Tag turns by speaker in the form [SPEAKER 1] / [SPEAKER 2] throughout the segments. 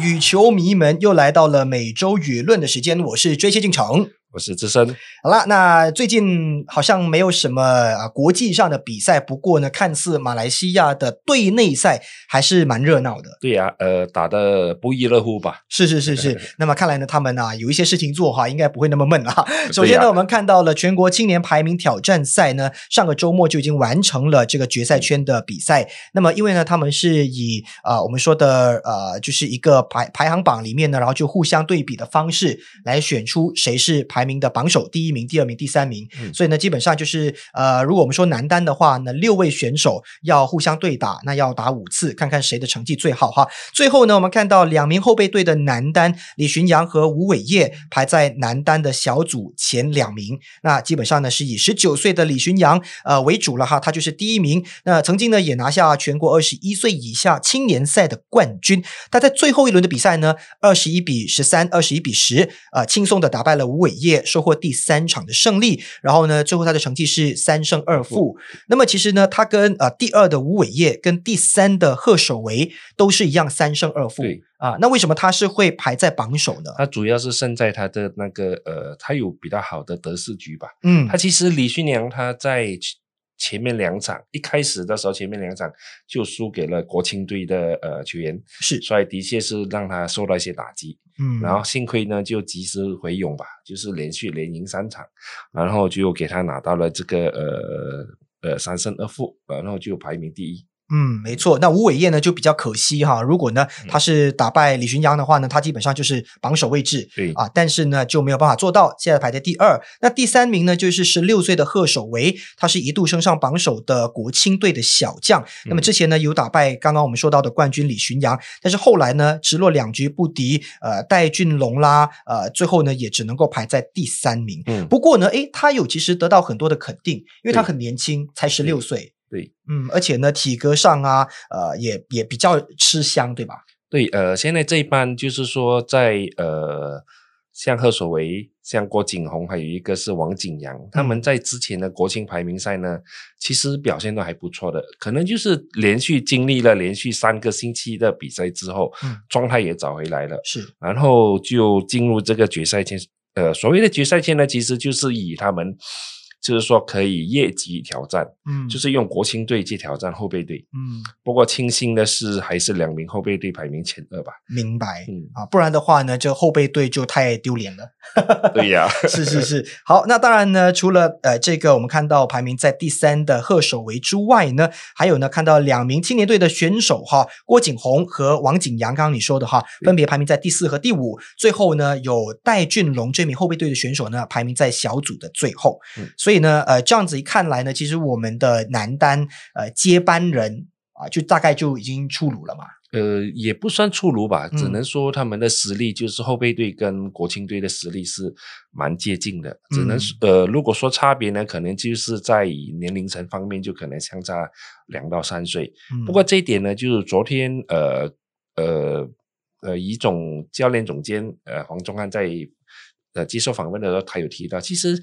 [SPEAKER 1] 与球迷们又来到了每周舆论的时间，我是追切进城。
[SPEAKER 2] 我是资深，
[SPEAKER 1] 好啦，那最近好像没有什么啊国际上的比赛，不过呢，看似马来西亚的队内赛还是蛮热闹的。
[SPEAKER 2] 对呀、呃，打的不亦乐乎吧？
[SPEAKER 1] 是是是 是，那么看来呢，他们啊有一些事情做哈，应该不会那么闷啊。首先
[SPEAKER 2] 对
[SPEAKER 1] 呢，
[SPEAKER 2] 呀
[SPEAKER 1] 我们看到了全国青年排名挑战赛呢，上个周末就已经完成了这个决
[SPEAKER 2] 嗯
[SPEAKER 1] 赛圈的比赛。那么因为呢，他们是以呃我们说的呃就是一个排排行榜里面呢，然后就互相对比的方式来选出谁是排名的榜首，第一名、第二名、第三名。
[SPEAKER 2] 嗯
[SPEAKER 1] 所以呢，基本上就是呃，如果我们说男单的话呢，六位选手要互相对打，那要打五次，看看谁的成绩最好哈。最后呢，我们看到两名后备队的男单李寻阳和吴伟业排在男单的小组前两名。那基本上呢是以十九岁的李寻阳呃为主了哈，他就是第一名。那曾经呢也拿下全国二十一岁以下青年赛的冠军。他在最后一轮的比赛呢，二十一比十三、二十一比十，呃，轻松的打败了吴伟业，收获第三场的胜利。然后呢，最后他的成绩是三胜二负。
[SPEAKER 2] 嗯
[SPEAKER 1] 那么其实呢，他跟呃第二的吴伟业跟第三的贺守维都是一样三胜二负
[SPEAKER 2] 对，
[SPEAKER 1] 啊。那为什么他是会排在榜首呢？
[SPEAKER 2] 他主要是胜在他的那个呃，他有比较好的得失局吧。
[SPEAKER 1] 嗯
[SPEAKER 2] 他其实李训良他在前前面两场一开始的时候，前面两场就输给了国青队的呃球员，
[SPEAKER 1] 是
[SPEAKER 2] 所以的确是让他受到一些打击。
[SPEAKER 1] 嗯，
[SPEAKER 2] 然后幸亏呢，就及时回勇吧，就是连续连赢三场，然后就给他拿到了这个呃呃三胜二负，然后就排名第一。
[SPEAKER 1] 嗯，没错。那吴伟业呢就比较可惜哈，如果呢他是打败李寻阳的话呢，他基本上就是榜首位置。
[SPEAKER 2] 对
[SPEAKER 1] 啊，但是呢就没有办法做到，现在排在第二。那第三名呢就是十六岁的贺守维，他是一度升上榜首的国青队的小将。那么之前呢有打败刚刚我们说到的冠军李寻阳，但是后来呢直落两局不敌呃戴俊龙啦，呃最后呢也只能够排在第三名。
[SPEAKER 2] 嗯，
[SPEAKER 1] 不过呢，诶，他有其实得到很多的肯定，因为他
[SPEAKER 2] 对
[SPEAKER 1] 很年轻，才十六岁。
[SPEAKER 2] 对，
[SPEAKER 1] 嗯，而且呢，体格上啊，呃，也也比较吃香，对吧？
[SPEAKER 2] 对，呃，现在这一班就是说在呃，像贺所为、像郭景宏，还有一个是王景阳，他
[SPEAKER 1] 嗯
[SPEAKER 2] 们在之前的国庆排名赛呢，其实表现都还不错的，可能就是连续经历了连续三个星期的比赛之后，
[SPEAKER 1] 嗯
[SPEAKER 2] 状态也找回来了，
[SPEAKER 1] 是，
[SPEAKER 2] 然后就进入这个决赛圈。呃，所谓的决赛圈呢，其实就是以他们就是说可以业绩挑战，
[SPEAKER 1] 嗯，
[SPEAKER 2] 就是用国青队去挑战后备队。
[SPEAKER 1] 嗯，
[SPEAKER 2] 不过庆幸的是，还是两名后备队排名前二吧。
[SPEAKER 1] 明白
[SPEAKER 2] 嗯，
[SPEAKER 1] 啊，不然的话呢，这后备队就太丢脸了。
[SPEAKER 2] 对呀、
[SPEAKER 1] 是是是，好，那当然呢，除了呃这个我们看到排名在第三的贺守维之外呢，还有呢看到两名青年队的选手哈，郭景宏和王景阳，刚刚你说的哈，分别排名在第四和第五，最后呢有戴俊龙这名后备队的选手呢排名在小组的最后，
[SPEAKER 2] 嗯
[SPEAKER 1] 所以呢呃这样子一看来呢，其实我们的男单呃接班人啊、就大概就已经出炉了嘛，
[SPEAKER 2] 呃，也不算出炉吧，只
[SPEAKER 1] 嗯
[SPEAKER 2] 能说他们的实力就是后备队跟国青队的实力是蛮接近的，只能
[SPEAKER 1] 嗯
[SPEAKER 2] 说呃，如果说差别呢，可能就是在年龄层方面就可能相差两到三岁。
[SPEAKER 1] 嗯
[SPEAKER 2] 不过这一点呢，就是昨天呃呃呃，乙总教练总监呃黄宗汉在呃接受访问的时候，他有提到，其实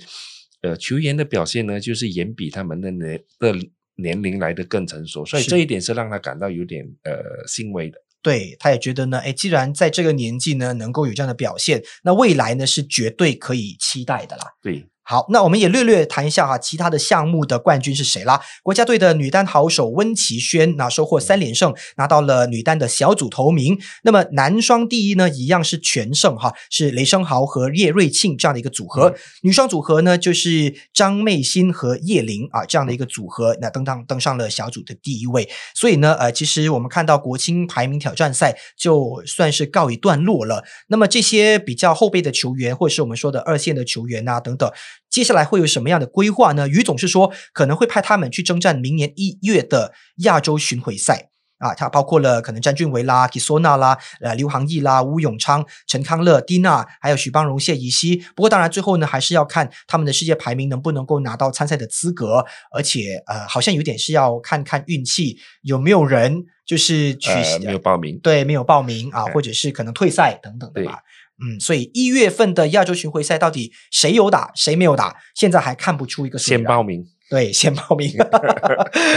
[SPEAKER 2] 呃球员的表现呢，就是远比他们的年的年龄来的更成熟，所以
[SPEAKER 1] 是
[SPEAKER 2] 这一点是让他感到有点呃欣慰的。
[SPEAKER 1] 对，他也觉得呢，哎，既然在这个年纪呢能够有这样的表现，那未来呢是绝对可以期待的啦。
[SPEAKER 2] 对，
[SPEAKER 1] 好，那我们也略略谈一下哈、其他的项目的冠军是谁啦？国家队的女单好手温琪轩，那收获三连胜，拿到了女单的小组头名。那么男双第一呢，一样是全胜哈，是雷声豪和叶瑞庆这样的一个组合。
[SPEAKER 2] 嗯
[SPEAKER 1] 女双组合呢，就是张妹欣和叶玲啊这样的一个组合，那登上登上了小组的第一位。所以呢，呃，其实我们看到国青排名挑战赛就算是告一段落了。那么这些比较后备的球员，或者是我们说的二线的球员啊等等，接下来会有什么样的规划呢？于总是说可能会派他们去征战明年一月的亚洲巡回赛。啊，它包括了可能詹俊维啦、吉索纳啦、呃刘航毅啦、吴永昌、陈康乐、蒂娜，还有许邦荣、谢怡希。不过当然最后呢，还是要看他们的世界排名能不能够拿到参赛的资格，而且呃，好像有点是要看看运气，有没有人就是取、
[SPEAKER 2] 呃，没有报名。
[SPEAKER 1] 对没有报名啊，
[SPEAKER 2] 嗯
[SPEAKER 1] 或者是可能退赛等等的
[SPEAKER 2] 对
[SPEAKER 1] 吧。嗯，所以一月份的亚洲巡回赛到底谁有打谁没有打，现在还看不出一个所以
[SPEAKER 2] 先
[SPEAKER 1] 然
[SPEAKER 2] 报名。
[SPEAKER 1] 对，啊先报 名。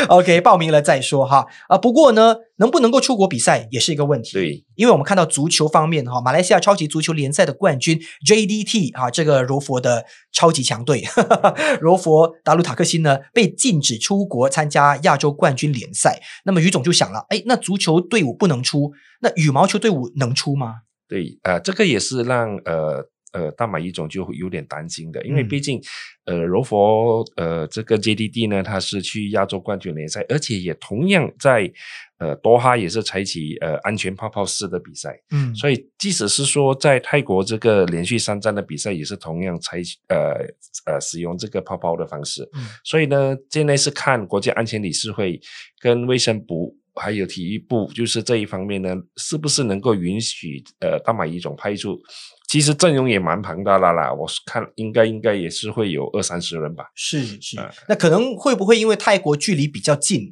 [SPEAKER 1] OK，报名了再说哈。啊，不过呢，能不能够出国比赛也是一个问题。，
[SPEAKER 2] 对，
[SPEAKER 1] 因为我们看到足球方面哈，马来西亚超级足球联赛的冠军 JDT 哈，啊这个柔佛的超级强队， 柔佛达鲁塔克星呢被禁止出国参加亚洲冠军联赛。那么于总就想了，哎，那足球队伍不能出，那羽毛球队伍能出吗？
[SPEAKER 2] 对，呃，这个也是让呃呃大马一总就有点担心的，因为
[SPEAKER 1] 嗯
[SPEAKER 2] 毕竟、呃柔佛呃这个 JDD 呢，它是去亚洲冠军联赛，而且也同样在呃多哈也是采取呃安全泡泡式的比赛，
[SPEAKER 1] 嗯
[SPEAKER 2] 所以即使是说在泰国这个连续三战的比赛，也是同样采取呃呃使用这个泡泡的方式，
[SPEAKER 1] 嗯
[SPEAKER 2] 所以呢，现在是看国家安全理事会跟卫生部还有体育部，就是这一方面呢，是不是能够允许呃大马乙种派出？其实阵容也蛮庞大的啦，我是看应该应该也是会有二三十人吧。
[SPEAKER 1] 是是
[SPEAKER 2] 呃，
[SPEAKER 1] 那可能会不会因为泰国距离比较近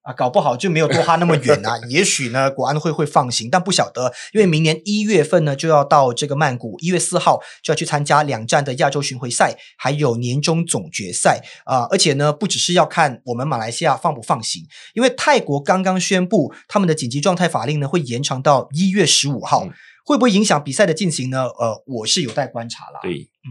[SPEAKER 1] 啊，搞不好就没有多哈那么远啊？也许呢，国安会会放行，但不晓得，因为明年一月份呢就要到这个曼谷，一月四号就要去参加两站的亚洲巡回赛，还有年终总决赛啊、而且呢，不只是要看我们马来西亚放不放行，因为泰国刚刚宣布他们的紧急状态法令呢会延长到一月十五号。
[SPEAKER 2] 嗯
[SPEAKER 1] 会不会影响比赛的进行呢？呃，我是有待观察啦。
[SPEAKER 2] 对，
[SPEAKER 1] 嗯，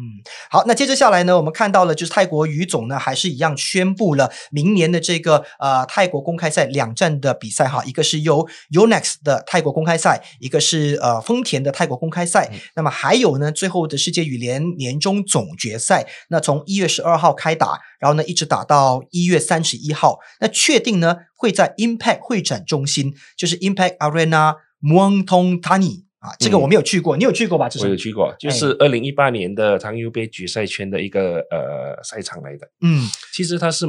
[SPEAKER 1] 好，那接着下来呢，我们看到了就是泰国羽总呢，还是一样宣布了明年的这个呃泰国公开赛两站的比赛哈，一个是由 Yonex 的泰国公开赛，一个是呃丰田的泰国公开赛，
[SPEAKER 2] 嗯
[SPEAKER 1] 那么还有呢最后的世界羽联年终总决赛，那从一月十二号开打，然后呢一直打到一月三十一号，那确定呢会在 Impact 会展中心，就是 Impact Arena Muangthong Thani 啊，这个
[SPEAKER 2] 嗯
[SPEAKER 1] 我没有去过，你有去过吧？这是哎
[SPEAKER 2] 我有去过，就是二零一八年的唐 U 杯决赛圈的一个呃赛场来的。
[SPEAKER 1] 嗯
[SPEAKER 2] 其实它是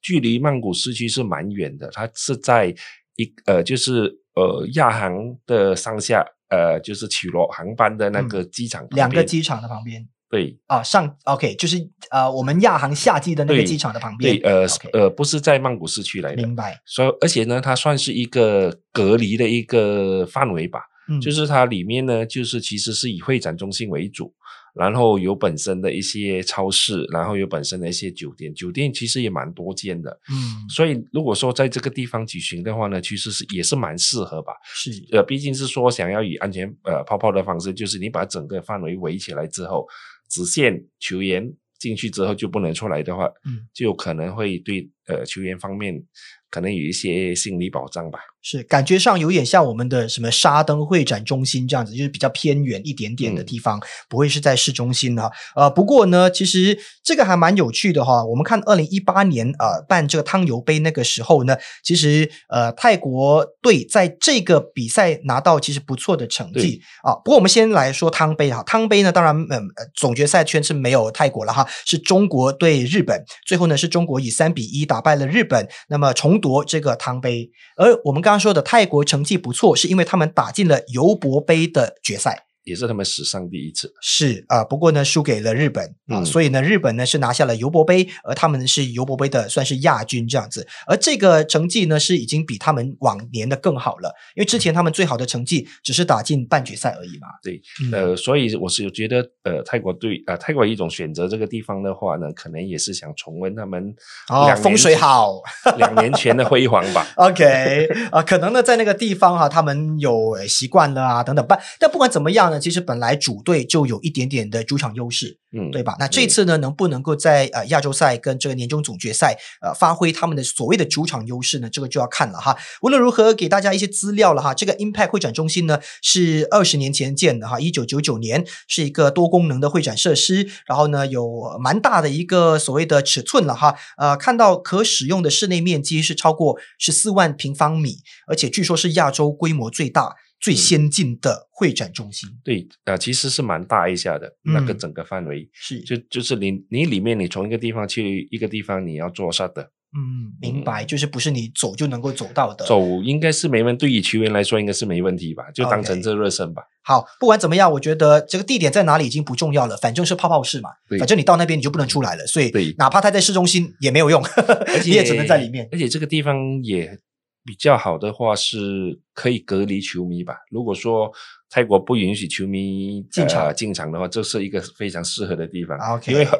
[SPEAKER 2] 距离曼谷市区是蛮远的，它是在一呃，就是呃亚航的上下呃，就是起落航班的那个机场、
[SPEAKER 1] 嗯两个机场的旁边。
[SPEAKER 2] 对
[SPEAKER 1] 啊，上 OK 就是呃，我们亚航夏季的那个
[SPEAKER 2] 对
[SPEAKER 1] 机场的旁边
[SPEAKER 2] 对，呃
[SPEAKER 1] OK，
[SPEAKER 2] 呃，不是在曼谷市区来的，
[SPEAKER 1] 明白，
[SPEAKER 2] 所以而且呢，它算是一个隔离的一个范围吧，
[SPEAKER 1] 嗯，
[SPEAKER 2] 就是它里面呢，就是其实是以会展中心为主，然后有本身的一些超市，然后有本身的一些酒店，酒店其实也蛮多间的，
[SPEAKER 1] 嗯
[SPEAKER 2] 所以如果说在这个地方举行的话呢，其实是也是蛮适合吧。
[SPEAKER 1] 是
[SPEAKER 2] 呃，毕竟是说想要以安全呃泡泡的方式，就是你把整个范围围起来之后，只限球员进去之后就不能出来的话，
[SPEAKER 1] 嗯，
[SPEAKER 2] 就可能会对呃球员方面可能有一些心理保障吧。
[SPEAKER 1] 是，感觉上有点像我们的什么沙登会展中心这样子，就是比较偏远一点点的
[SPEAKER 2] 嗯
[SPEAKER 1] 地方，不会是在市中心哈、呃，不过呢，其实这个还蛮有趣的哈。我们看二零一八年呃办这个汤尤杯那个时候呢，其实呃泰国队在这个比赛拿到其实不错的成绩啊。不过我们先来说汤杯哈，汤杯呢当然嗯、呃总决赛圈是没有泰国了哈，是中国对日本，最后呢是中国以三比一打败了日本，那么重夺这个汤杯。而我们刚刚说的泰国成绩不错，是因为他们打进了尤伯杯的决赛。
[SPEAKER 2] 也是他们史上第一次，
[SPEAKER 1] 是啊、呃不过呢，输给了日本啊、
[SPEAKER 2] 嗯
[SPEAKER 1] 所以呢，日本呢是拿下了尤伯杯，而他们是尤伯杯的算是亚军这样子。而这个成绩呢，是已经比他们往年的更好了，因为之前他们最好的成绩只是打进半决赛而已嘛。
[SPEAKER 2] 对
[SPEAKER 1] 嗯，
[SPEAKER 2] 呃，所以我是觉得，呃，泰国队，呃，泰国一种选择这个地方的话呢，可能也是想重温他们
[SPEAKER 1] 哦
[SPEAKER 2] 两年
[SPEAKER 1] 风水
[SPEAKER 2] 前
[SPEAKER 1] 好
[SPEAKER 2] 两年前的辉煌吧。
[SPEAKER 1] OK 啊、可能呢在那个地方哈、他们有呃习惯了啊等等，但但不管怎么样呢，其实本来主队就有一点点的主场优势，
[SPEAKER 2] 嗯，
[SPEAKER 1] 对吧？那这次呢，能不能够在呃亚洲赛跟这个年终总决赛呃发挥他们的所谓的主场优势呢？这个就要看了哈。无论如何，给大家一些资料了哈。这个 Impact 会展中心呢是二十年前建的哈，一九九九年是一个多功能的会展设施，然后呢有蛮大的一个所谓的尺寸了哈。呃，看到可使用的室内面积是超过十四万平方米，而且据说是亚洲规模最大、最
[SPEAKER 2] 嗯
[SPEAKER 1] 先进的会展中心。
[SPEAKER 2] 对，呃，其实是蛮大一下的、
[SPEAKER 1] 嗯
[SPEAKER 2] 那个整个范围，
[SPEAKER 1] 是
[SPEAKER 2] 就就是你你里面你从一个地方去一个地方，你要做啥的，
[SPEAKER 1] 嗯，明白，就是不是你走就能够走到的。
[SPEAKER 2] 走应该是没问，对于球员来说应该是没问题吧，就当
[SPEAKER 1] OK
[SPEAKER 2] 成这热身吧。
[SPEAKER 1] 好，不管怎么样，我觉得这个地点在哪里已经不重要了，反正是泡泡室嘛，
[SPEAKER 2] 对
[SPEAKER 1] 反正你到那边你就不能出来了，所以
[SPEAKER 2] 对
[SPEAKER 1] 哪怕它在市中心也没有用，
[SPEAKER 2] 而
[SPEAKER 1] 你
[SPEAKER 2] 且
[SPEAKER 1] 也只能在里面。
[SPEAKER 2] 而且这个地方也比较好的话是可以隔离球迷吧。如果说泰国不允许球迷
[SPEAKER 1] 进场啊
[SPEAKER 2] 呃进场的话，这是一个非常适合的地方。
[SPEAKER 1] OK
[SPEAKER 2] 因为很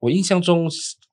[SPEAKER 2] 我印象中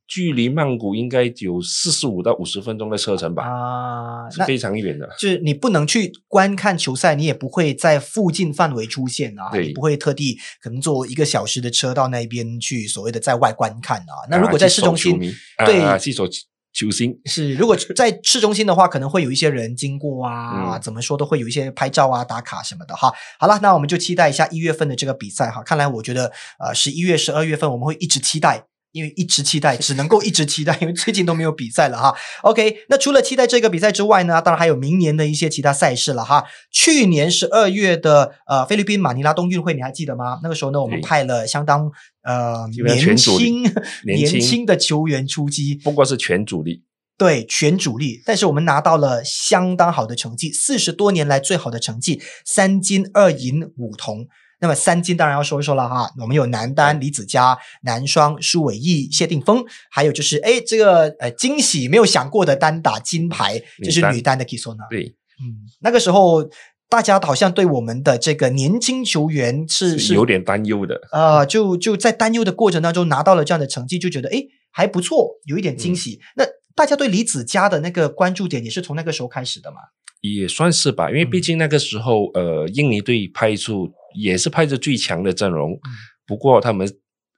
[SPEAKER 2] 距离曼谷应该有四十五到五十分钟的车程吧，
[SPEAKER 1] 啊，
[SPEAKER 2] 是
[SPEAKER 1] 那
[SPEAKER 2] 非常远的。
[SPEAKER 1] 就是你不能去观看球赛，你也不会在附近范围出现啊，
[SPEAKER 2] 对
[SPEAKER 1] 你不会特地可能坐一个小时的车到那边去所谓的在外观看啊。那
[SPEAKER 2] 啊
[SPEAKER 1] 如果在
[SPEAKER 2] 去
[SPEAKER 1] 市
[SPEAKER 2] 守
[SPEAKER 1] 中
[SPEAKER 2] 球
[SPEAKER 1] 心，
[SPEAKER 2] 迷
[SPEAKER 1] 对
[SPEAKER 2] 啊，去守球星，
[SPEAKER 1] 是，如果在市中心的话，可能会有一些人经过啊，
[SPEAKER 2] 嗯
[SPEAKER 1] 怎么说都会有一些拍照啊、打卡什么的哈。好了，那我们就期待一下一月份的这个比赛哈。看来我觉得呃，十一月、十二月份我们会一直期待。因为一直期待，只能够一直期待，因为最近都没有比赛了哈。OK，那除了期待这个比赛之外呢，当然还有明年的一些其他赛事了哈。去年十二月的呃菲律宾马尼拉冬运会，你还记得吗？那个时候呢，我们
[SPEAKER 2] 对
[SPEAKER 1] 派了相当呃
[SPEAKER 2] 基本上
[SPEAKER 1] 年
[SPEAKER 2] 全主力
[SPEAKER 1] 轻
[SPEAKER 2] 年
[SPEAKER 1] 年
[SPEAKER 2] 轻
[SPEAKER 1] 轻的球员出击，
[SPEAKER 2] 不过是全主力。
[SPEAKER 1] 对全主力，但是我们拿到了相当好的成绩，四十多年来最好的成绩，三金二银五铜。那么三金当然要说一说了哈，我们有男单李子嘉、男双舒伟毅、谢定峰，还有就是哎这个呃惊喜没有想过的单打金牌，就是
[SPEAKER 2] 女单
[SPEAKER 1] 女单的 Kisona。
[SPEAKER 2] 对，
[SPEAKER 1] 嗯，那个时候大家好像对我们的这个年轻球员是是
[SPEAKER 2] 是有点担忧的。
[SPEAKER 1] 呃，就就在担忧的过程当中拿到了这样的成绩，就觉得诶还不错，有一点惊喜。那大家对李子嘉的那个关注点也是从那个时候开始的嘛？
[SPEAKER 2] 也算是吧，因为毕
[SPEAKER 1] 嗯
[SPEAKER 2] 竟那个时候，呃，印尼队派出也是派出最强的阵容，
[SPEAKER 1] 嗯
[SPEAKER 2] 不过他们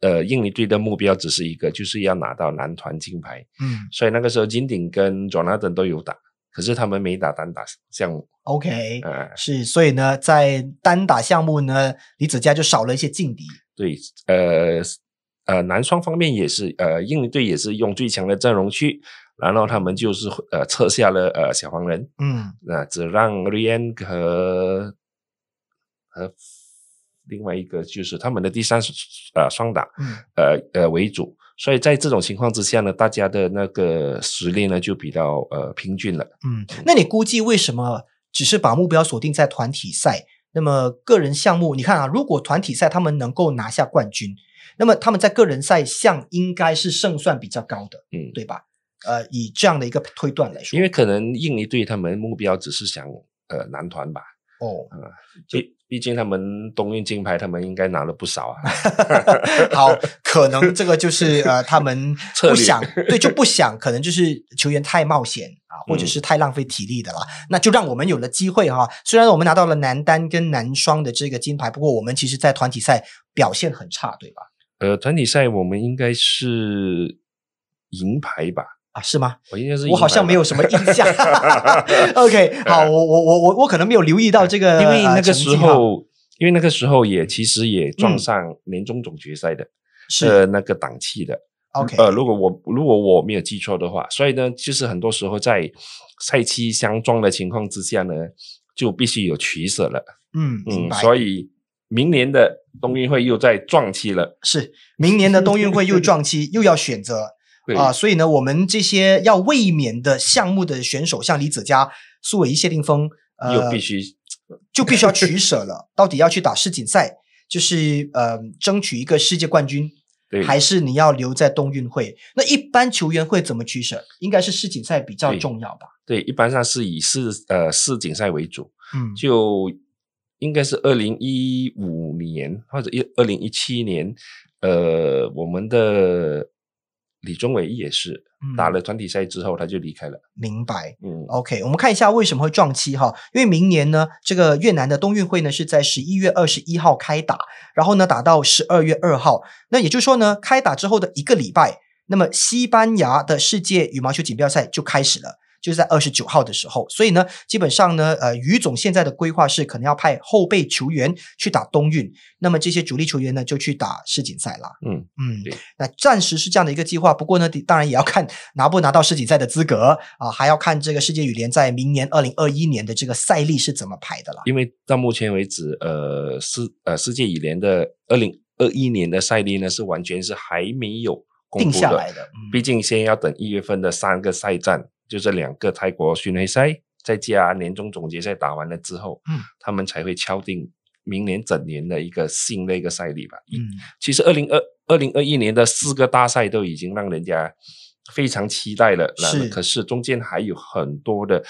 [SPEAKER 2] 呃，印尼队的目标只是一个，就是要拿到男团金牌，
[SPEAKER 1] 嗯
[SPEAKER 2] 所以那个时候金鼎跟 Jonathan 都有打，可是他们没打单打项目，
[SPEAKER 1] ，OK，
[SPEAKER 2] 呃，
[SPEAKER 1] 是，所以呢，在单打项目呢，李子嘉就少了一些劲敌。
[SPEAKER 2] 对，呃呃，男双方面也是，呃，印尼队也是用最强的阵容去，然后他们就是呃撤下了呃小黄人，
[SPEAKER 1] 嗯，
[SPEAKER 2] 那、只让 Rian 和和另外一个就是他们的第三呃双打，
[SPEAKER 1] 嗯
[SPEAKER 2] 呃呃为主，所以在这种情况之下呢，大家的那个实力呢就比较呃平均了。
[SPEAKER 1] 嗯，那你估计为什么只是把目标锁定在团体赛？那么个人项目，你看啊，如果团体赛他们能够拿下冠军，那么他们在个人赛项应该是胜算比较高的，
[SPEAKER 2] 嗯，
[SPEAKER 1] 对吧？呃，以这样的一个推断来说，
[SPEAKER 2] 因为可能印尼队他们目标只是想呃男团吧，
[SPEAKER 1] 哦，
[SPEAKER 2] 毕毕竟他们冬运金牌他们应该拿了不少啊。
[SPEAKER 1] 好，可能这个就是呃，他们
[SPEAKER 2] 策
[SPEAKER 1] 不
[SPEAKER 2] 略
[SPEAKER 1] 想对 就不想，可能就是球员太冒险啊，或者
[SPEAKER 2] 嗯
[SPEAKER 1] 是太浪费体力的啦。那就让我们有了机会哈、虽然我们拿到了男单跟男双的这个金牌，不过我们其实在团体赛表现很差，对吧？
[SPEAKER 2] 呃，团体赛我们应该是银牌吧，
[SPEAKER 1] 啊，是吗？
[SPEAKER 2] 我应该是
[SPEAKER 1] 我好
[SPEAKER 2] 银牌
[SPEAKER 1] 像
[SPEAKER 2] 吧
[SPEAKER 1] 没有什么印象。OK，好， 我我我我我可能没有留意到这个，
[SPEAKER 2] 因为
[SPEAKER 1] 呃
[SPEAKER 2] 那个
[SPEAKER 1] 成
[SPEAKER 2] 时
[SPEAKER 1] 绩哈
[SPEAKER 2] 候，因为那个时候也其实也
[SPEAKER 1] 嗯
[SPEAKER 2] 撞上年终总决赛的、
[SPEAKER 1] 是
[SPEAKER 2] 呃那个档期的。
[SPEAKER 1] OK，
[SPEAKER 2] 呃，如果我如果我没有记错的话，所以呢，就是很多时候在赛期相撞的情况之下呢，就必须有取舍了。
[SPEAKER 1] 嗯，明
[SPEAKER 2] 嗯，
[SPEAKER 1] 白。
[SPEAKER 2] 所以明年的冬运会又在撞期了。
[SPEAKER 1] 是明年的冬运 会又撞期，又要选择
[SPEAKER 2] 对
[SPEAKER 1] 啊、所以呢，我们这些要卫冕的项目的选手，像李子嘉、苏伟仪、谢定峰，呃
[SPEAKER 2] 又，必须
[SPEAKER 1] 就必须要取舍了，到底要去打世锦赛，就是呃，争取一个世界冠军，
[SPEAKER 2] 对
[SPEAKER 1] 还是你要留在冬运会？那一般球员会怎么取舍？应该是世锦赛比较
[SPEAKER 2] 对
[SPEAKER 1] 重要吧？
[SPEAKER 2] 对，一般上是以世呃世锦赛为主，
[SPEAKER 1] 嗯，
[SPEAKER 2] 就应该是二零一五年或者一二零一七年，呃，我们的李宗伟也是
[SPEAKER 1] 嗯
[SPEAKER 2] 打了团体赛之后他就离开了。
[SPEAKER 1] 明白。
[SPEAKER 2] 嗯，
[SPEAKER 1] OK，我们看一下为什么会撞期哈，因为明年呢，这个越南的冬运会呢是在十一月二十一号开打，然后呢打到十二月二号，那也就是说呢，开打之后的一个礼拜，那么西班牙的世界羽毛球锦标赛就开始了。就是在二十九号的时候，所以呢，基本上呢，呃，于总现在的规划是可能要派后备球员去打冬运，那么这些主力球员呢就去打世锦赛啦。
[SPEAKER 2] 嗯，
[SPEAKER 1] 嗯
[SPEAKER 2] 对，
[SPEAKER 1] 那暂时是这样的一个计划。不过呢，当然也要看拿不拿到世锦赛的资格啊，还要看这个世界羽联在明年二零二一年的这个赛历是怎么排的啦。嗯
[SPEAKER 2] 因为到目前为止，呃，世呃世界羽联的二零二一年的赛历呢是完全是还没有公
[SPEAKER 1] 定
[SPEAKER 2] 布
[SPEAKER 1] 下
[SPEAKER 2] 的
[SPEAKER 1] 来的嗯
[SPEAKER 2] 毕竟先要等一月份的三个赛站，就是两个泰国巡回赛，再加年终总决赛打完了之后，
[SPEAKER 1] 嗯，
[SPEAKER 2] 他们才会敲定明年整年的一个新的一个赛历吧。
[SPEAKER 1] 嗯，
[SPEAKER 2] 其实二零二二零二一年的四个大赛都已经让人家非常期待了，然
[SPEAKER 1] 是
[SPEAKER 2] 可是中间还有很多的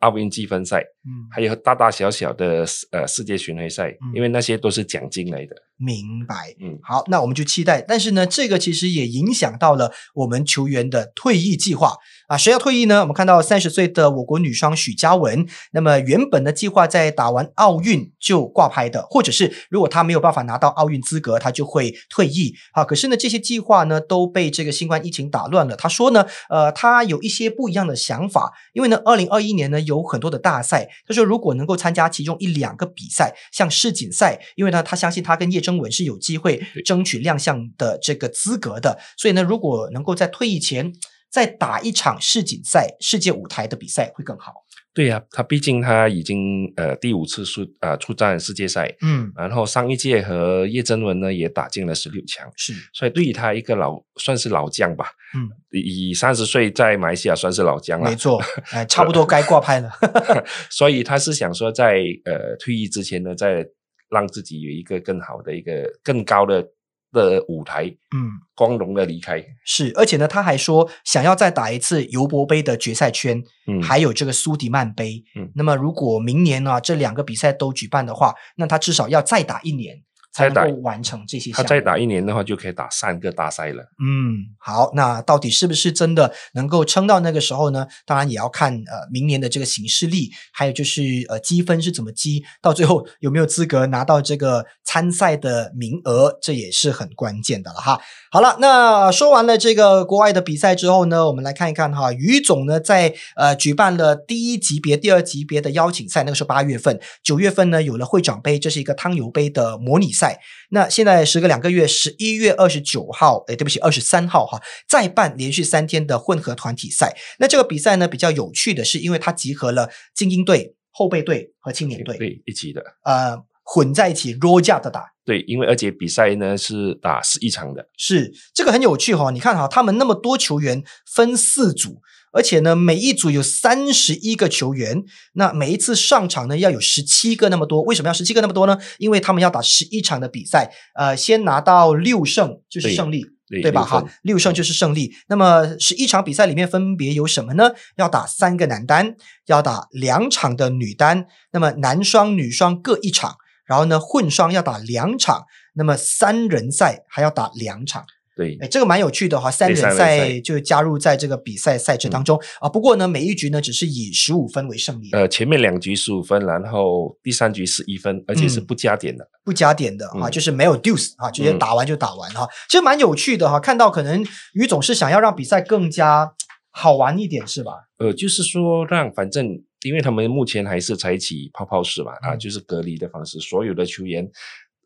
[SPEAKER 2] 奥运积分赛，
[SPEAKER 1] 嗯，
[SPEAKER 2] 还有大大小小的呃世界巡回赛，因为那些都是奖金来的。
[SPEAKER 1] 明白。
[SPEAKER 2] 嗯，
[SPEAKER 1] 好，那我们就期待。但是呢，这个其实也影响到了我们球员的退役计划啊。谁要退役呢？我们看到三十岁的我国女双许嘉雯，那么原本的计划在打完奥运就挂牌的，或者是如果她没有办法拿到奥运资格，她就会退役啊。可是呢，这些计划呢都被这个新冠疫情打乱了。她说呢，呃，她有一些不一样的想法，因为呢，二零二一年呢有很多的大赛，她说如果能够参加其中一两个比赛，像世锦赛，因为呢，她相信她跟叶征文是有机会
[SPEAKER 2] 对
[SPEAKER 1] 争取亮相的这个资格的，所以呢，如果能够在退役前再打一场世锦赛、世界舞台的比赛会更好。
[SPEAKER 2] 对呀、他毕竟他已经呃第五次出呃出战世界赛，
[SPEAKER 1] 嗯，
[SPEAKER 2] 然后上一届和叶真文呢也打进了十六强，
[SPEAKER 1] 是，
[SPEAKER 2] 所以对于他一个老算是老将吧，
[SPEAKER 1] 嗯，
[SPEAKER 2] 以三十岁在马来西亚算是老将了
[SPEAKER 1] 没， 错，哎，差不多该挂拍了。
[SPEAKER 2] 所以他是想说在呃退役之前呢，再让自己有一个更好的一个更高的的舞台，
[SPEAKER 1] 嗯。
[SPEAKER 2] 光荣的离开。
[SPEAKER 1] 是，而且呢，他还说想要再打一次尤伯杯的决赛圈，
[SPEAKER 2] 嗯，
[SPEAKER 1] 还有这个苏迪曼杯。
[SPEAKER 2] 嗯
[SPEAKER 1] 那么如果明年呢、这两个比赛都举办的话，那他至少要再打一年才
[SPEAKER 2] 再打
[SPEAKER 1] 能够完成这些项
[SPEAKER 2] 他
[SPEAKER 1] 目。
[SPEAKER 2] 再打一年的话，就可以打三个大赛了。
[SPEAKER 1] 嗯，好，那到底是不是真的能够撑到那个时候呢？当然也要看呃明年的这个形势力，还有就是呃积分是怎么积，到最后有没有资格拿到这个参赛的名额，这也是很关键的了哈。好了，那说完了这个国外的比赛之后呢，我们来看一看哈，于总呢在呃举办了第一级别、第二级别的邀请赛，那个是八月份，九月份呢有了会长杯，这是一个汤尤杯的模拟赛。那现在时隔两个月，十一月二十九号，哎，对不起，二十三号哈，再办连续三天的混合团体赛。那这个比赛呢比较有趣的是，因为它集合了精英队、后备队和青年队，
[SPEAKER 2] 对，一起的。
[SPEAKER 1] 呃，混在一起 roll 架的打。
[SPEAKER 2] 对，因为而且比赛呢是打十一场的，
[SPEAKER 1] 是这个很有趣哈、哦你看哈、他们那么多球员分四组，而且呢，每一组有三十一个球员，那每一次上场呢要有十七个那么多。为什么要十七个那么多呢？因为他们要打十一场的比赛，呃，先拿到六胜就是
[SPEAKER 2] 对
[SPEAKER 1] 胜利。
[SPEAKER 2] 对
[SPEAKER 1] 对吧？
[SPEAKER 2] 六分
[SPEAKER 1] 哈，六
[SPEAKER 2] 嗯
[SPEAKER 1] 胜就是胜利。那么十一场比赛里面分别有什么呢？要打三个男单，要打两场的女单，那么男双、女双各一场，然后呢混双要打两场，那么三人赛还要打两场。
[SPEAKER 2] 对
[SPEAKER 1] 哎，这个蛮有趣的哈，三人
[SPEAKER 2] 三人
[SPEAKER 1] 赛
[SPEAKER 2] 赛嗯
[SPEAKER 1] 就加入在这个比赛赛制当中、啊。不过呢，每一局呢只是以十五分为胜利，
[SPEAKER 2] 呃，前面两局十五分，然后第三局十一分，而且是
[SPEAKER 1] 嗯
[SPEAKER 2] 不加点的。
[SPEAKER 1] 不加点的啊，
[SPEAKER 2] 嗯
[SPEAKER 1] 就是没有 deuce 啊，直接打完就打完哈、其实蛮有趣的哈，看到可能于总是想要让比赛更加好玩一点，是吧？
[SPEAKER 2] 呃，就是说让反正，因为他们目前还是采取泡泡式嘛，啊，
[SPEAKER 1] 嗯
[SPEAKER 2] 就是隔离的方式，所有的球员。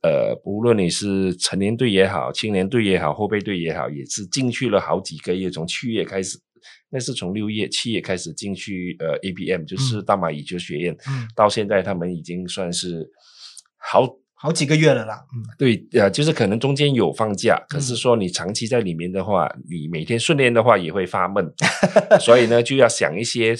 [SPEAKER 2] 呃，无论你是成年队也好，青年队也好，后备队也好，也是进去了好几个月，从七月开始，那是从六月、七月开始进去呃 ABM，就是大马羽球学院，
[SPEAKER 1] 嗯，
[SPEAKER 2] 到现在他们已经算是好
[SPEAKER 1] 好几个月了啦，嗯，
[SPEAKER 2] 对，呃，就是可能中间有放假，可是
[SPEAKER 1] 嗯
[SPEAKER 2] 说你长期在里面的话，你每天训练的话也会发 闷，所以呢，就要想一些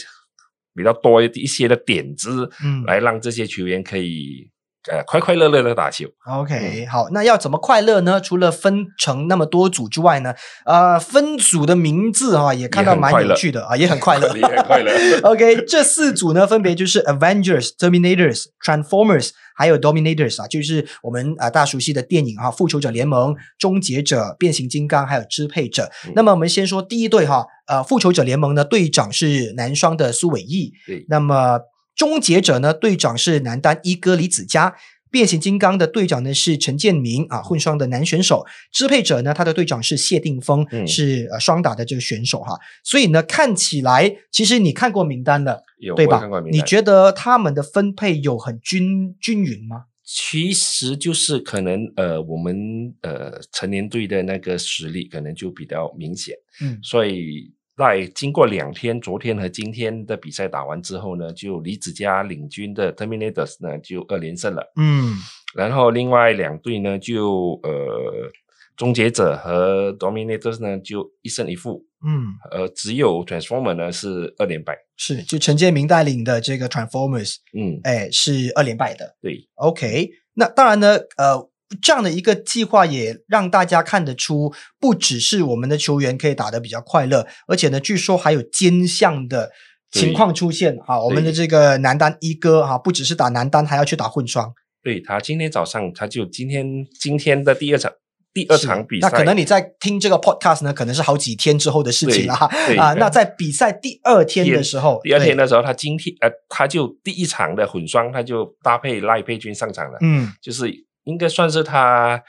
[SPEAKER 2] 比较多一些的点子，
[SPEAKER 1] 嗯
[SPEAKER 2] 来让这些球员可以呃快快乐乐的打球。嗯
[SPEAKER 1] OK，好，那要怎么快乐呢？除了分成那么多组之外呢，呃，分组的名字哈、也看到
[SPEAKER 2] 也很
[SPEAKER 1] 蛮
[SPEAKER 2] 快
[SPEAKER 1] 有
[SPEAKER 2] 乐
[SPEAKER 1] 趣的啊， 也很快乐，
[SPEAKER 2] 也很快乐
[SPEAKER 1] OK，这四组呢，分别就是 Avengers、Terminators、Transformers，还有 Dominators 啊，就是我们啊、呃大家熟悉的电影哈、复仇者联盟》《终结者》《变形金刚》还有《支配者》
[SPEAKER 2] 嗯
[SPEAKER 1] 那么我们先说第一队哈，呃，复仇者联盟呢，队长是男双的苏伟毅，
[SPEAKER 2] 对
[SPEAKER 1] 那么终结者呢，队长是男单一哥李子嘉。变形金刚的队长呢是陈建明啊，混双的男选手。支配者呢，他的队长是谢定峰，
[SPEAKER 2] 嗯
[SPEAKER 1] 是呃双打的这个选手哈。所以呢，看起来其实你看过名单了，
[SPEAKER 2] 有
[SPEAKER 1] 对
[SPEAKER 2] 我
[SPEAKER 1] 吧
[SPEAKER 2] 看过？名
[SPEAKER 1] 你
[SPEAKER 2] 单
[SPEAKER 1] 觉得他们的分配有很均均匀吗？
[SPEAKER 2] 其实就是可能呃，我们呃成年队的那个实力可能就比较明显。
[SPEAKER 1] 嗯
[SPEAKER 2] 所以在经过两天，昨天和今天的比赛打完之后呢，就李子嘉领军的 Terminators 呢就二连胜了，
[SPEAKER 1] 嗯
[SPEAKER 2] 然后另外两队呢就呃终结者和 Dominators 呢就一胜一负，
[SPEAKER 1] 嗯，
[SPEAKER 2] 呃只有 Transformer 呢是二连败，
[SPEAKER 1] 是就陈建明带领的这个 Transformers，
[SPEAKER 2] 嗯，
[SPEAKER 1] 哎，是二连败的。
[SPEAKER 2] 对，
[SPEAKER 1] OK，那当然呢，呃，这样的一个计划也让大家看得出，不只是我们的球员可以打得比较快乐，而且呢，据说还有兼项的
[SPEAKER 2] 对
[SPEAKER 1] 情况出现啊，我们的
[SPEAKER 2] 对
[SPEAKER 1] 这个男单一哥哈，不只是打男单，还要去打混双。
[SPEAKER 2] 对他今天早上他就今天今天的第二场第二场比赛，
[SPEAKER 1] 那可能你在听这个 podcast 呢，可能是好几天之后的事情了哈
[SPEAKER 2] 对对
[SPEAKER 1] 啊。那在比赛第二天的时候，
[SPEAKER 2] 第二
[SPEAKER 1] 对，
[SPEAKER 2] 天的时候，他今天呃他就第一场的混双他就搭配赖佩君上场了，
[SPEAKER 1] 嗯，
[SPEAKER 2] 就是应该算是他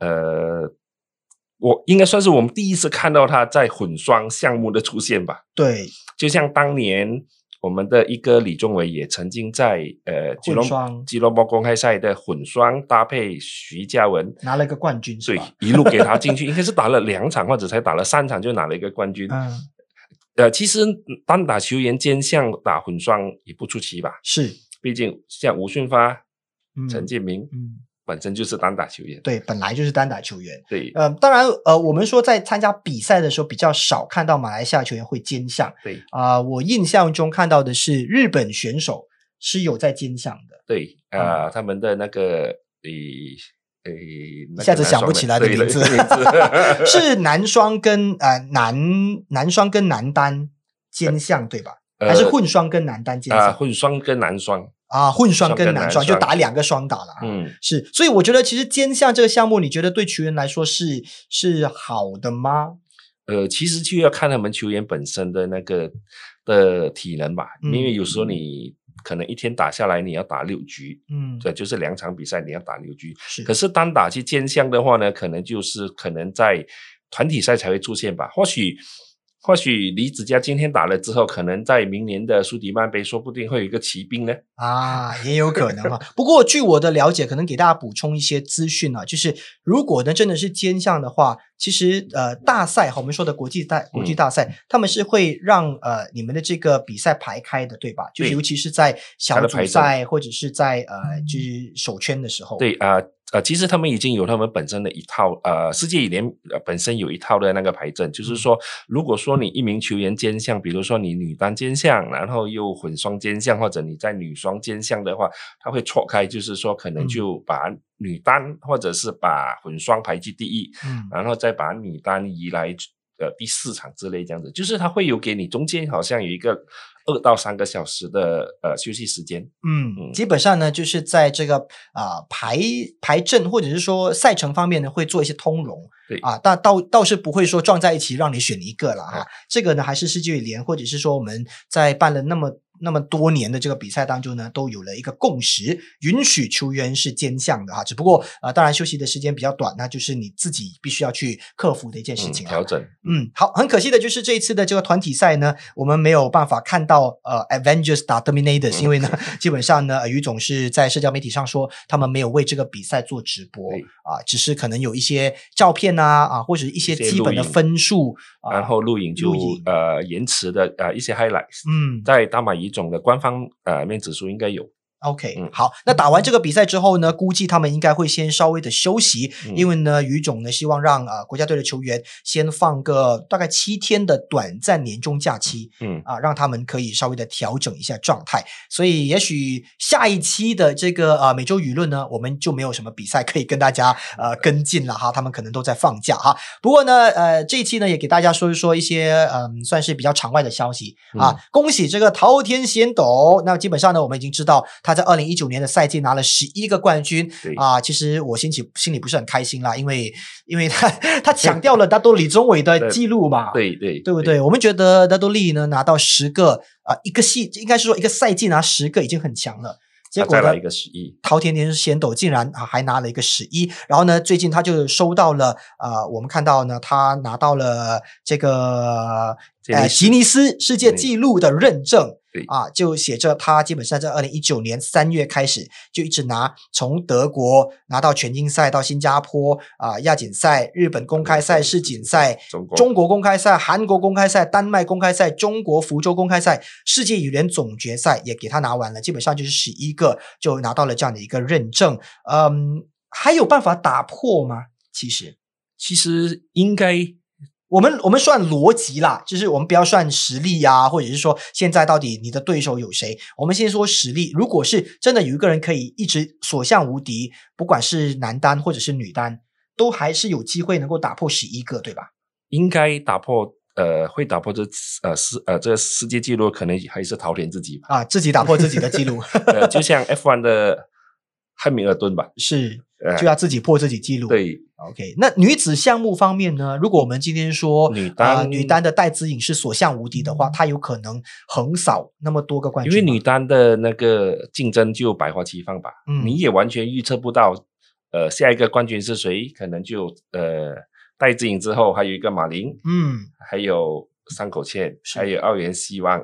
[SPEAKER 2] 呃。我应该算是我们第一次看到他在混双项目的出现吧，
[SPEAKER 1] 对，
[SPEAKER 2] 就像当年我们的一哥李宗伟也曾经在呃吉隆
[SPEAKER 1] 双
[SPEAKER 2] 吉隆坡公开赛的混双搭配徐嘉文，
[SPEAKER 1] 拿了一个冠军
[SPEAKER 2] 所
[SPEAKER 1] 是
[SPEAKER 2] 以
[SPEAKER 1] 吧？
[SPEAKER 2] 一路给他进去，应该是打了两场或者才打了三场就拿了一个冠军。
[SPEAKER 1] 嗯，
[SPEAKER 2] 呃，其实单打球员兼项打混双也不出奇吧，
[SPEAKER 1] 是，
[SPEAKER 2] 毕竟像吴训发、
[SPEAKER 1] 嗯
[SPEAKER 2] 陈建明
[SPEAKER 1] 嗯，
[SPEAKER 2] 本身就是单打球员，
[SPEAKER 1] 对，本来就是单打球员。
[SPEAKER 2] 对
[SPEAKER 1] 呃，当然，呃，我们说在参加比赛的时候比较少看到马来西亚球员会兼项
[SPEAKER 2] 对
[SPEAKER 1] 啊、我印象中看到的是日本选手是有在兼项的，
[SPEAKER 2] 对，呃，他们的那个诶。诶，那个
[SPEAKER 1] 一下子想不
[SPEAKER 2] 男双
[SPEAKER 1] 起来的
[SPEAKER 2] 对
[SPEAKER 1] 名字
[SPEAKER 2] 那个名字
[SPEAKER 1] 是男双跟呃男男双跟男单兼项对吧？
[SPEAKER 2] 呃
[SPEAKER 1] 还是混双跟男单兼
[SPEAKER 2] 啊，
[SPEAKER 1] 项
[SPEAKER 2] 混双跟男双，
[SPEAKER 1] 啊？混双跟
[SPEAKER 2] 跟
[SPEAKER 1] 男
[SPEAKER 2] 男
[SPEAKER 1] 双就
[SPEAKER 2] 双
[SPEAKER 1] 打两个双打了啊。
[SPEAKER 2] 嗯，
[SPEAKER 1] 是，所以我觉得其实兼项这个项目，你觉得对球员来说是是好的吗？
[SPEAKER 2] 呃，其实就要看他们球员本身的那个的体能吧，
[SPEAKER 1] 嗯
[SPEAKER 2] 因为有时候你可能一天打下来，你要打六局，
[SPEAKER 1] 嗯，
[SPEAKER 2] 对，就是两场比赛你要打六局。
[SPEAKER 1] 是，
[SPEAKER 2] 可
[SPEAKER 1] 是
[SPEAKER 2] 是单打去兼项的话呢，可能就是可能在团体赛才会出现吧。或许或许李子嘉今天打了之后，可能在明年的苏迪曼杯，说不定会有一个骑兵呢。
[SPEAKER 1] 啊，也有可能啊。不过据我的了解，可能给大家补充一些资讯啊，就是如果呢真的是兼项的话，其实呃大赛哈，我们说的国际大国
[SPEAKER 2] 嗯
[SPEAKER 1] 际大赛，他们是会让呃你们的这个比赛排开的，对吧？就是
[SPEAKER 2] 对
[SPEAKER 1] 尤其是在
[SPEAKER 2] 它
[SPEAKER 1] 小
[SPEAKER 2] 的
[SPEAKER 1] 组
[SPEAKER 2] 排嗯
[SPEAKER 1] 赛或者是在呃就是首圈的时候，
[SPEAKER 2] 对啊。呃呃，其实他们已经有他们本身的一套，呃，世界羽联呃本身有一套的那个牌阵，就是说，如果说你一名球员兼项，比如说你女单兼项，然后又混双兼项，或者你在女双兼项的话，他会错开，就是说可能
[SPEAKER 1] 嗯
[SPEAKER 2] 就把女单或者是把混双排居第一，
[SPEAKER 1] 嗯，
[SPEAKER 2] 然后再把女单移来呃第四场之类这样子，就是他会有给你中间好像有一个二到三个小时的呃休息时间，
[SPEAKER 1] 嗯，
[SPEAKER 2] 嗯
[SPEAKER 1] 基本上呢，就是在这个啊、排排阵或者是说赛程方面呢，会做一些通融。
[SPEAKER 2] 对
[SPEAKER 1] 啊，但倒倒是不会说撞在一起让你选一个了哈、
[SPEAKER 2] 哎
[SPEAKER 1] 这个呢，还是世界羽联或者是说我们在办了那么那么多年的这个比赛当中呢，都有了一个共识，允许球员是兼项的哈、只不过啊、呃当然休息的时间比较短，那就是你自己必须要去克服的一件事
[SPEAKER 2] 嗯，
[SPEAKER 1] 情、啊
[SPEAKER 2] 调整。
[SPEAKER 1] 嗯，好，很可惜的就是这一次的这个团体赛呢，我们没有办法看到呃 Avengers 打 Terminators，因为
[SPEAKER 2] 嗯
[SPEAKER 1] 呢，基本上呢，呃于总是在社交媒体上说他们没有为这个比赛做直播
[SPEAKER 2] 对
[SPEAKER 1] 啊，只是可能有一些照片啊啊，或者一些
[SPEAKER 2] 一些
[SPEAKER 1] 基本的
[SPEAKER 2] 录影
[SPEAKER 1] 分数，啊、
[SPEAKER 2] 然后录影就
[SPEAKER 1] 录影
[SPEAKER 2] 呃延迟的呃一些 highlights，、
[SPEAKER 1] 嗯
[SPEAKER 2] 在大马语种的官方呃面指数应该有。
[SPEAKER 1] ，OK，、
[SPEAKER 2] 嗯
[SPEAKER 1] 好，那打完这个比赛之后呢，估计他们应该会先稍微的休息，
[SPEAKER 2] 嗯
[SPEAKER 1] 因为呢，于总呢希望让呃国家队的球员先放个大概七天的短暂年终假期，
[SPEAKER 2] 嗯，
[SPEAKER 1] 啊，让他们可以稍微的调整一下状态。所以，也许下一期的这个呃每周舆论呢，我们就没有什么比赛可以跟大家呃跟进了哈，他们可能都在放假哈。不过呢，呃，这一期呢也给大家说一说一些嗯、算是比较场外的消息啊。
[SPEAKER 2] 嗯
[SPEAKER 1] 恭喜这个桃田贤斗，那基本上呢，我们已经知道他在二零一九年的赛季拿了十一个冠军
[SPEAKER 2] 对
[SPEAKER 1] 啊。其实我心情心里不是很开心啦，因为因为他 他抢掉了大多李宗伟的
[SPEAKER 2] 对
[SPEAKER 1] 记录嘛，
[SPEAKER 2] 对对
[SPEAKER 1] 对不对？？我们觉得德多利呢拿到十个啊、一个系应该是说一个赛季拿十个已经很强了。结
[SPEAKER 2] 啊
[SPEAKER 1] 果
[SPEAKER 2] 再
[SPEAKER 1] 呢
[SPEAKER 2] 来一，个十一，
[SPEAKER 1] 陶田田贤斗竟然啊还拿了一个十一，然后呢，最近他就收到了啊、我们看到呢，他拿到了这个
[SPEAKER 2] 吉尼
[SPEAKER 1] 呃
[SPEAKER 2] 斯
[SPEAKER 1] 吉尼斯世界
[SPEAKER 2] 对
[SPEAKER 1] 纪录的认证
[SPEAKER 2] 对。
[SPEAKER 1] 啊，就写着他基本上在二零一九年三月开始就一直拿，从德国拿到全英赛，到新加坡啊亚锦赛、日本公开赛、世锦赛、
[SPEAKER 2] 中国
[SPEAKER 1] 中国公开赛、韩国公开赛、丹麦公开赛、中国福州公开赛、世界羽联总决赛也给他拿完了，基本上就是十一个就拿到了这样的一个认证。嗯，还有办法打破吗？其实
[SPEAKER 2] 其实应该
[SPEAKER 1] 我们我们算逻辑啦，就是我们不要算实力呀、或者是说现在到底你的对手有谁？我们先说实力，如果是真的有一个人可以一直所向无敌，不管是男单或者是女单，都还是有机会能够打破十一个，对吧？
[SPEAKER 2] 应该打破呃会打破这呃世呃这个世界纪录，可能还是桃田自己吧。
[SPEAKER 1] 啊，自己打破自己的记录，
[SPEAKER 2] 呃，就像 F1 的汉密尔顿吧，
[SPEAKER 1] 是
[SPEAKER 2] 呃，
[SPEAKER 1] 就要自己破自己记录。
[SPEAKER 2] 对，
[SPEAKER 1] ，OK。那女子项目方面呢？如果我们今天说
[SPEAKER 2] 女
[SPEAKER 1] 啊、
[SPEAKER 2] 单嗯
[SPEAKER 1] 女单的戴资颖是所向无敌的话，她有可能横扫那么多个冠
[SPEAKER 2] 因
[SPEAKER 1] 军
[SPEAKER 2] 为
[SPEAKER 1] 吗。
[SPEAKER 2] 女单的那个竞争就百花齐放吧，
[SPEAKER 1] 嗯
[SPEAKER 2] 你也完全预测不到，呃，下一个冠军是谁，可能就呃戴资颖之后还有一个马琳，
[SPEAKER 1] 嗯
[SPEAKER 2] 还有山口茜，
[SPEAKER 1] 是
[SPEAKER 2] 还有奥原希望，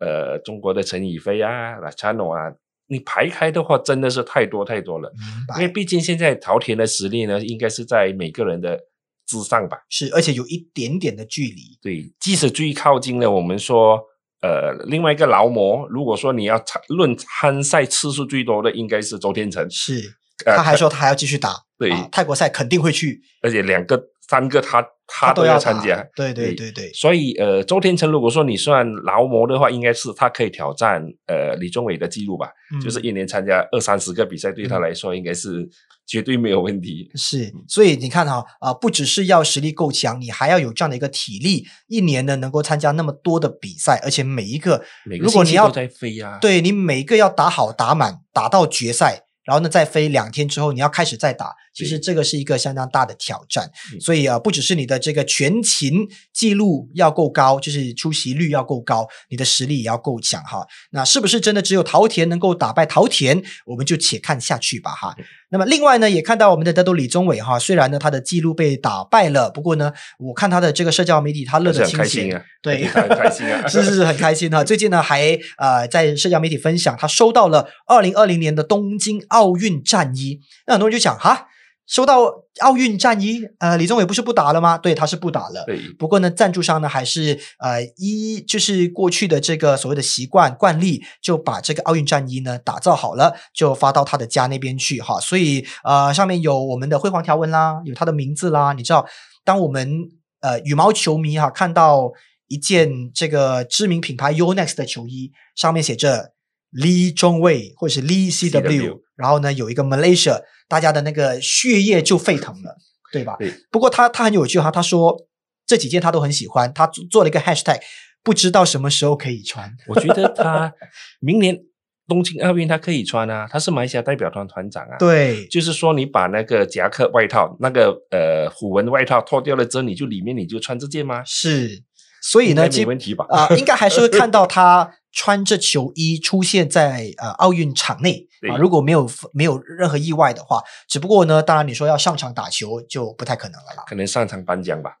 [SPEAKER 2] 呃，中国的陈雨菲啊、拉查诺啊，你排开的话真的是太多太多了，
[SPEAKER 1] 明
[SPEAKER 2] 因为
[SPEAKER 1] 白
[SPEAKER 2] 毕竟现在桃田的实力呢，应该是在每个人的之上吧，
[SPEAKER 1] 是，而且有一点点的距离。
[SPEAKER 2] 对，即使最靠近的，我们说，呃，另外一个劳模，如果说你要参论参赛次数最多的，应该是周天成，
[SPEAKER 1] 是，
[SPEAKER 2] 呃
[SPEAKER 1] 她还说她还要继续打，
[SPEAKER 2] 对
[SPEAKER 1] 啊泰国赛肯定会去，
[SPEAKER 2] 而且两个、三个他他
[SPEAKER 1] 都
[SPEAKER 2] 都要
[SPEAKER 1] 打
[SPEAKER 2] 参加。
[SPEAKER 1] 对对对
[SPEAKER 2] 对
[SPEAKER 1] 对，
[SPEAKER 2] 所以，呃，周天成，如果说你算劳模的话，应该是他可以挑战呃李宗伟的记录吧，就是
[SPEAKER 1] 嗯
[SPEAKER 2] 一年参加二三十个比赛，对他
[SPEAKER 1] 嗯
[SPEAKER 2] 来说应该是绝对没有问题。
[SPEAKER 1] 是，所以你看哈、啊、不只是要实力够强，你还要有这样的一个体力，一年呢能够参加那么多的比赛，而且每一个
[SPEAKER 2] 每个
[SPEAKER 1] 如果
[SPEAKER 2] 星
[SPEAKER 1] 你
[SPEAKER 2] 期
[SPEAKER 1] 要
[SPEAKER 2] 都在飞啊，
[SPEAKER 1] 对你每一个要打好打满，打到决赛，然后呢再飞两天之后你要开始再打，其实
[SPEAKER 2] 对
[SPEAKER 1] 这个是一个相当大的挑战。
[SPEAKER 2] 嗯
[SPEAKER 1] 所以啊，呃不只是你的这个全勤记录要够高，就是出席率要够高，你的实力也要够强哈。那是不是真的只有桃田能够打败桃田？我们就且看下去吧
[SPEAKER 2] 嗯
[SPEAKER 1] 哈。那么另外呢，也看到我们的德斗李宗伟哈，虽然呢他的记录被打败了，不过呢，我看他的这个社交媒体他乐
[SPEAKER 2] 还是
[SPEAKER 1] 得
[SPEAKER 2] 很
[SPEAKER 1] 清
[SPEAKER 2] 开
[SPEAKER 1] 闲
[SPEAKER 2] 心，啊，
[SPEAKER 1] 对，
[SPEAKER 2] 他很开心 啊，
[SPEAKER 1] 是是是很开心哈、最近呢，还呃在社交媒体分享，他收到了二零二零年的东京奥运战衣。那很多人就想哈，收到奥运战衣，呃，李宗伟不是不打了吗？对，他是不打了。
[SPEAKER 2] 对，
[SPEAKER 1] 不过呢，赞助商呢还是呃依就是过去的这个所谓的习惯惯例，就把这个奥运战衣呢打造好了，就发到他的家那边去哈。所以呃，上面有我们的辉煌条纹啦，有他的名字啦。你知道，当我们呃羽毛球迷哈看到一件这个知名品牌 Yonex 的球衣，上面写着 Lee 中卫或者是 Lee CW，
[SPEAKER 2] CW
[SPEAKER 1] 然后呢有一个 Malaysia，大家的那个血液就沸腾了，对吧？
[SPEAKER 2] 对
[SPEAKER 1] 不过他他很有趣哈，他说这几件他都很喜欢，他做做了一个 hashtag，不知道什么时候可以 穿。
[SPEAKER 2] 我觉得他明年东京奥运他可以穿啊，他是马来西亚代表团团长啊。，
[SPEAKER 1] 对，
[SPEAKER 2] 就是说你把那个夹克外套、那个呃虎纹外套脱掉了之后，你就里面你就穿这件吗？
[SPEAKER 1] 是，所以
[SPEAKER 2] 应该
[SPEAKER 1] 呢，
[SPEAKER 2] 没
[SPEAKER 1] 基
[SPEAKER 2] 问题吧？
[SPEAKER 1] 啊、应该还是会看到他穿着球衣出现在呃奥运场内啊、
[SPEAKER 2] 对
[SPEAKER 1] 如果没有没有任何意外的话，只不过呢，当然你说要上场打球就不太可能了啦。
[SPEAKER 2] 可能上场 颁奖吧，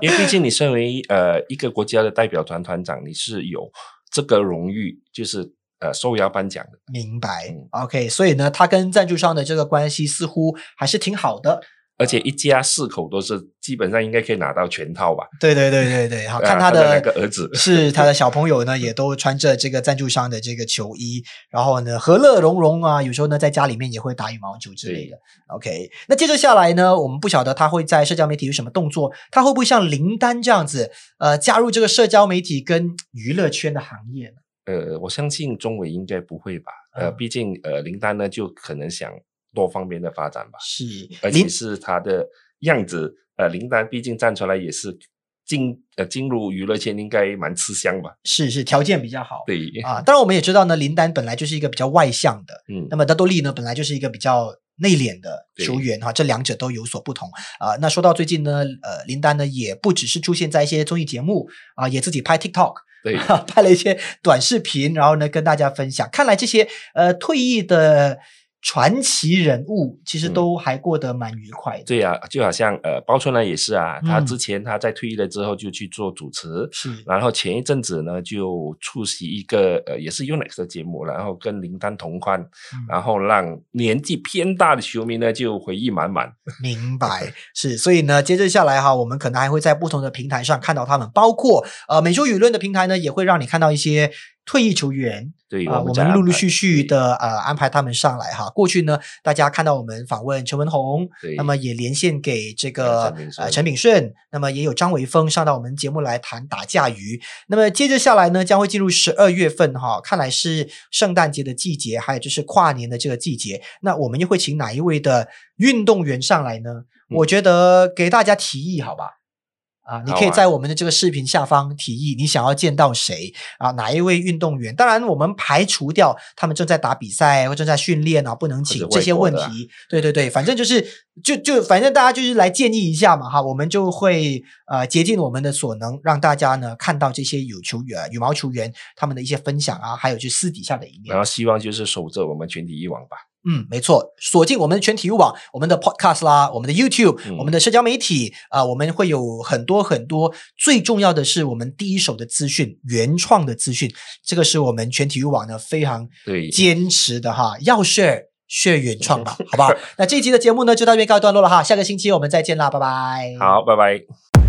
[SPEAKER 2] 因为毕竟你身为呃一个国家的代表团团长，你是有这个荣誉，就是呃受邀颁奖的。
[SPEAKER 1] 明白
[SPEAKER 2] 嗯
[SPEAKER 1] ，OK，所以呢，他跟赞助商的这个关系似乎还是挺好的。
[SPEAKER 2] 而
[SPEAKER 1] 啊
[SPEAKER 2] 且一家四口都是基本上应该可以拿到全套吧？
[SPEAKER 1] 对对对对对，好
[SPEAKER 2] 对啊
[SPEAKER 1] 看他
[SPEAKER 2] 他的
[SPEAKER 1] 的
[SPEAKER 2] 两个儿子
[SPEAKER 1] 是他的小朋友呢，也都穿着这个赞助商的这个球衣，然后呢和乐融融啊，有时候呢在家里面也会打羽毛球之类的。OK，那接着下来呢，我们不晓得他会在社交媒体有什么动作，他会不会像林丹这样子，呃，加入这个社交媒体跟娱乐圈的行业呢？
[SPEAKER 2] 呃，我相信中伟应该不会吧？呃，
[SPEAKER 1] 嗯
[SPEAKER 2] 毕竟呃，林丹呢就可能想多方面的发展吧，
[SPEAKER 1] 是
[SPEAKER 2] 而
[SPEAKER 1] 林
[SPEAKER 2] 且是他的样子，呃，林丹毕竟站出来也是进呃进入娱乐圈应该蛮吃香吧？
[SPEAKER 1] 是是条件比较好
[SPEAKER 2] 对，
[SPEAKER 1] 啊，当然我们也知道呢，林丹本来就是一个比较外向的，
[SPEAKER 2] 嗯
[SPEAKER 1] 那，么德多利呢，本来就是一个比较内敛的
[SPEAKER 2] 对
[SPEAKER 1] 球员哈，这两者都有所不同啊、那说到最近呢，呃，林丹呢也不只是出现在一些综艺节目啊、也自己拍 TikTok，
[SPEAKER 2] 对，
[SPEAKER 1] 拍了一些短视频，然后呢跟大家分享。看来这些呃退役的传奇人物，其实
[SPEAKER 2] 嗯
[SPEAKER 1] 都还过得蛮愉快的。
[SPEAKER 2] 对呀、就好像呃，包春兰也是啊，他
[SPEAKER 1] 嗯
[SPEAKER 2] 之前他在退役了之后就去做主持，
[SPEAKER 1] 是
[SPEAKER 2] 然后前一阵子呢就出席一个呃也是 Unix 的节目，然后跟林丹同框，
[SPEAKER 1] 嗯
[SPEAKER 2] 然后让年纪偏大的球迷呢就回忆满满。
[SPEAKER 1] 明白，是，所以呢，接着下来哈，我们可能还会在不同的平台上看到他们，包括呃美洲舆论的平台呢，也会让你看到一些退役球员，
[SPEAKER 2] 对，
[SPEAKER 1] 啊，我
[SPEAKER 2] 再
[SPEAKER 1] 们
[SPEAKER 2] 安
[SPEAKER 1] 陆陆
[SPEAKER 2] 排
[SPEAKER 1] 续续的呃安排他们上来哈。过去呢，大家看到我们访问陈文宏，
[SPEAKER 2] 对，
[SPEAKER 1] 那么也连线给这个
[SPEAKER 2] 陈炳顺
[SPEAKER 1] 呃陈炳顺，那么也有张伟峰上到我们节目来谈打架鱼。那么接着下来呢，将会进入十二月份哈，看来是圣诞节的季节，还有就是跨年的这个季节。那我们又会请哪
[SPEAKER 2] 嗯
[SPEAKER 1] 一位的运动员上来呢？我觉得给大家提议好吧。啊，你可以在我们的这个视频下方提议你想要见到谁啊，哪一位运动员？当然，我们排除掉他们正在打比赛或正在训练啊，不能请
[SPEAKER 2] 或者
[SPEAKER 1] 这些
[SPEAKER 2] 外
[SPEAKER 1] 问
[SPEAKER 2] 国
[SPEAKER 1] 题。
[SPEAKER 2] 的啊
[SPEAKER 1] 对对对，反正就是就就反正大家就是来建议一下嘛哈，我们就会呃竭尽我们的所能，让大家呢看到这些有球员羽毛球员他们的一些分享啊，还有就私底下的一面
[SPEAKER 2] 然。后希望就是守着我们全体一网吧。
[SPEAKER 1] 嗯，没错，锁进我们的全体育网、我们的 Podcast 啦、我们的 YouTube、
[SPEAKER 2] 嗯
[SPEAKER 1] 我们的社交媒体啊、我们会有很多很多。最重要的是，我们第一手的资讯、原创的资讯，这个是我们全体育网呢非常
[SPEAKER 2] 对，
[SPEAKER 1] 坚持的哈，要 share share 原创吧，好不好？那这一期的节目呢就到这边告一段落了哈，下个星期我们再见啦，拜拜。
[SPEAKER 2] 好，拜拜。